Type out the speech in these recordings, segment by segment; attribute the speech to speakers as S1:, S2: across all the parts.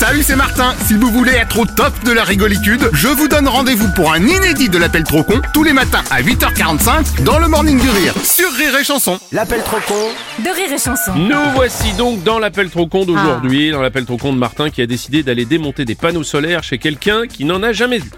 S1: Salut, c'est Martin. Si vous voulez être au top de la rigolitude, je vous donne rendez-vous pour un inédit de l'appel trop con tous les matins à 8h45 dans le Morning du Rire sur Rire et Chanson.
S2: L'appel trop con
S3: de rire et chanson.
S4: Nous voici donc dans l'appel trop con
S5: Ah.
S4: d'aujourd'hui, dans l'appel trop con de Martin qui a décidé d'aller démonter des panneaux solaires chez quelqu'un qui n'en a jamais vu.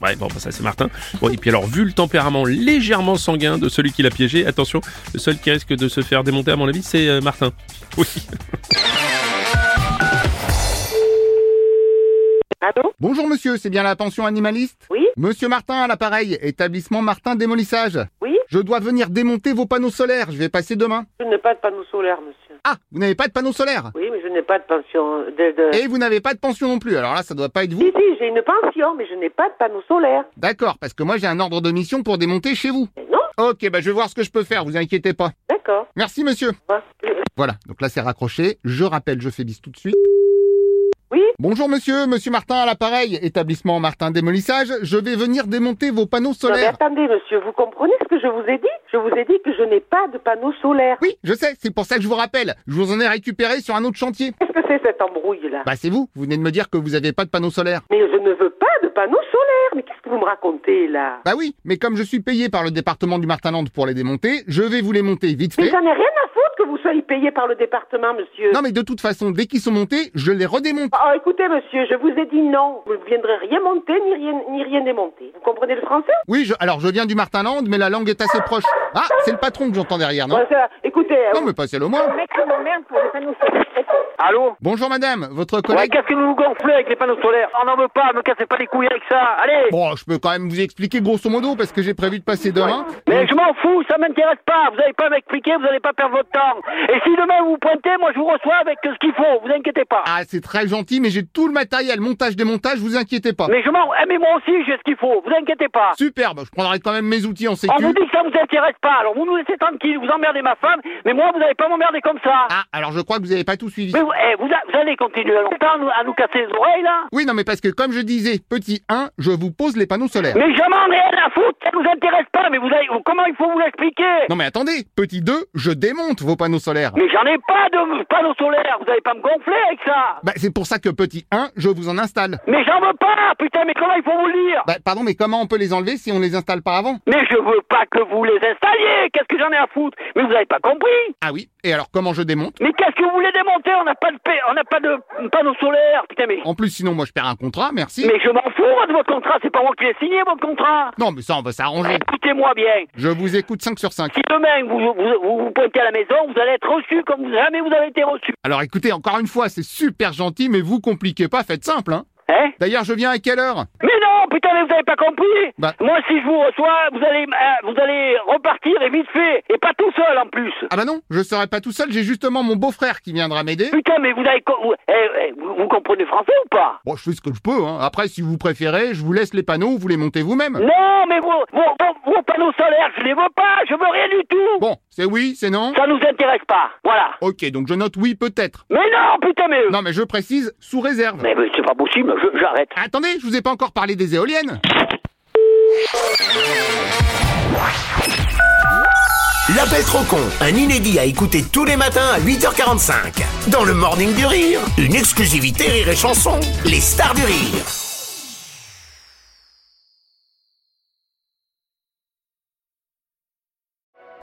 S4: Ouais, bon, bah, ça c'est Martin. Bon, et puis alors, vu le tempérament légèrement sanguin de celui qui l'a piégé, attention, le seul qui risque de se faire démonter, à mon avis, c'est euh, Martin. Oui.
S5: Allô
S1: Bonjour monsieur, c'est bien la pension animaliste
S5: Oui
S1: Monsieur Martin à l'appareil, établissement Martin Démolissage.
S5: Oui
S1: Je dois venir démonter vos panneaux solaires, je vais passer demain.
S5: Je n'ai pas de panneau solaire, monsieur.
S1: Ah, vous n'avez pas de panneaux solaires
S5: Oui, mais je n'ai pas de pension. De, de-
S1: Et vous n'avez pas de pension non plus, alors là ça doit pas être vous.
S5: Si, si, j'ai une pension, mais je n'ai pas de panneau solaire.
S1: D'accord, parce que moi j'ai un ordre de mission pour démonter chez vous.
S5: Mais non
S1: Ok, bah je vais voir ce que je peux faire, vous inquiétez pas.
S5: D'accord.
S1: Merci monsieur.
S5: Moi, je-
S1: Voilà, donc là c'est raccroché, je rappelle, je fais bis tout de suite.
S5: Oui
S1: Bonjour monsieur, monsieur Martin à l'appareil, établissement Martin Démolissage, je vais venir démonter vos panneaux
S5: Non, mais
S1: solaires.
S5: attendez, monsieur, vous comprenez ce que je vous ai dit Je vous ai dit que je n'ai pas de panneau solaire.
S1: Oui, je sais, c'est pour ça que je vous rappelle, je vous en ai récupéré sur un autre chantier.
S5: Qu'est-ce que c'est cette embrouille-là
S1: Bah c'est vous, vous venez de me dire que vous avez pas de panneaux solaires.
S5: Mais je ne veux pas de panneau solaire. Mais qu'est-ce que vous me racontez, là
S1: Bah oui, mais comme je suis payé par le département du Martinland pour les démonter, je vais vous les monter vite
S5: Mais
S1: fait.
S5: j'en ai rien à foutre que vous soyez payé par le département, monsieur.
S1: Bah, Non mais de toute façon, dès qu'ils sont montés, je les redémonte.
S5: Oh, écoutez, monsieur, je vous ai dit non. Vous ne viendrez rien monter ni rien, ni rien démonter. Vous comprenez le français
S1: Oui, je, alors je viens du Martinland, mais la langue est assez proche. Ah, c'est le patron que j'entends derrière,
S6: Hein
S1: non
S5: Bon, ça, Écoutez,
S1: Non mais passez-le moi.
S5: mec, c'est mon merde pour les panneaux solaires.
S6: Allô
S1: Bonjour madame, votre
S6: Ouais,
S1: collègue...
S6: qu'est-ce que vous vous gonflez avec les panneaux solaires On n'en veut pas, me cassez pas les couilles avec ça, allez
S1: Bon, je peux quand même vous expliquer grosso modo parce que j'ai prévu de passer demain.
S6: Mais je m'en fous, ça m'intéresse pas, vous n'allez pas m'expliquer, vous n'allez pas perdre votre temps. Et si demain vous vous pointez, moi je vous reçois avec euh, ce qu'il faut, vous inquiétez pas.
S1: Ah, c'est très gentil, mais j'ai tout le matériel, montage, démontage, vous inquiétez pas.
S6: Mais je m'en... Eh, mais moi aussi j'ai ce qu'il faut, vous inquiétez pas.
S1: Superbe, je prendrai quand même mes outils en
S6: On Ah, vous
S1: sécu.
S6: dit que ça vous intéresse pas, alors vous nous laissez tranquille, vous emmerdez ma femme, mais moi vous n'allez pas m'emmerder comme ça.
S1: Ah, alors je crois que vous n'avez pas tout suivi.
S6: Mais vous, eh, vous, a- vous allez continuer longtemps à nous, à nous casser les oreilles là
S1: Oui, non, mais parce que comme je disais, petit 1, je vous pose les panneaux solaires.
S6: Mais je m'en ai rien à foutre, ça vous intéresse pas, mais vous allez... Comment il faut vous l'expliquer
S1: Non, mais attendez, petit 2, je démonte vos panneaux solaires.
S6: Mais j'en ai pas de panneau solaire, vous allez pas me gonfler avec ça
S1: Bah, c'est pour ça que petit 1, je vous en installe.
S6: Mais j'en veux pas, putain, mais comment il faut vous le dire
S1: Bah, pardon, mais comment on peut les enlever si on les installe pas avant
S6: Mais je veux pas que vous les installiez, qu'est-ce que j'en ai à foutre Mais vous avez pas compris
S1: Ah oui, et alors comment je démonte
S6: Mais qu'est-ce que vous voulez démonter On n'a pas de pa- on n'a pas de panneau solaire, putain, mais...
S1: En plus, sinon, moi, je perds un contrat, merci.
S6: Mais je m'en fous moi, de votre contrat, c'est pas moi qui l'ai signé, votre contrat
S1: Non, mais ça, on va s'arranger.
S6: Écoutez-moi bien,
S1: Je vous écoute 5 sur 5.
S6: si demain vous vous, vous vous pointez à la maison, vous allez être reçu comme jamais vous avez été reçu.
S1: Alors écoutez, encore une fois, c'est super gentil, mais vous compliquez pas, faites simple, hein.
S6: Hein
S1: D'ailleurs, je viens à quelle heure
S6: Mais non, putain, mais vous avez pas compris
S1: Bah.
S6: Moi, si je vous reçois, vous allez, euh, vous allez repartir et vite fait, et pas tout seul en plus.
S1: Ah bah non, je serai pas tout seul, j'ai justement mon beau-frère qui viendra m'aider.
S6: Putain, mais vous avez, co- vous, eh, eh, vous, vous comprenez français ou pas
S1: Bon, je fais ce que je peux, hein. Après, si vous préférez, je vous laisse les panneaux, vous les montez vous-même.
S6: Non, mais vos, vos, vos- vos panneaux solaires, je les veux pas, je veux rien du tout.
S1: Bon, c'est oui, c'est non
S6: Ça nous intéresse pas, voilà.
S1: Ok, donc je note oui peut-être.
S6: Mais non, putain, mais
S1: Non, mais je précise, sous réserve.
S6: mais, mais c'est pas possible, je- j'arrête.
S1: Attendez, je vous ai pas encore parlé des éoliennes.
S2: L'appel trop con, un inédit à écouter tous les matins à 8h45. Dans le Morning du Rire, une exclusivité Rire et Chanson, les stars du rire.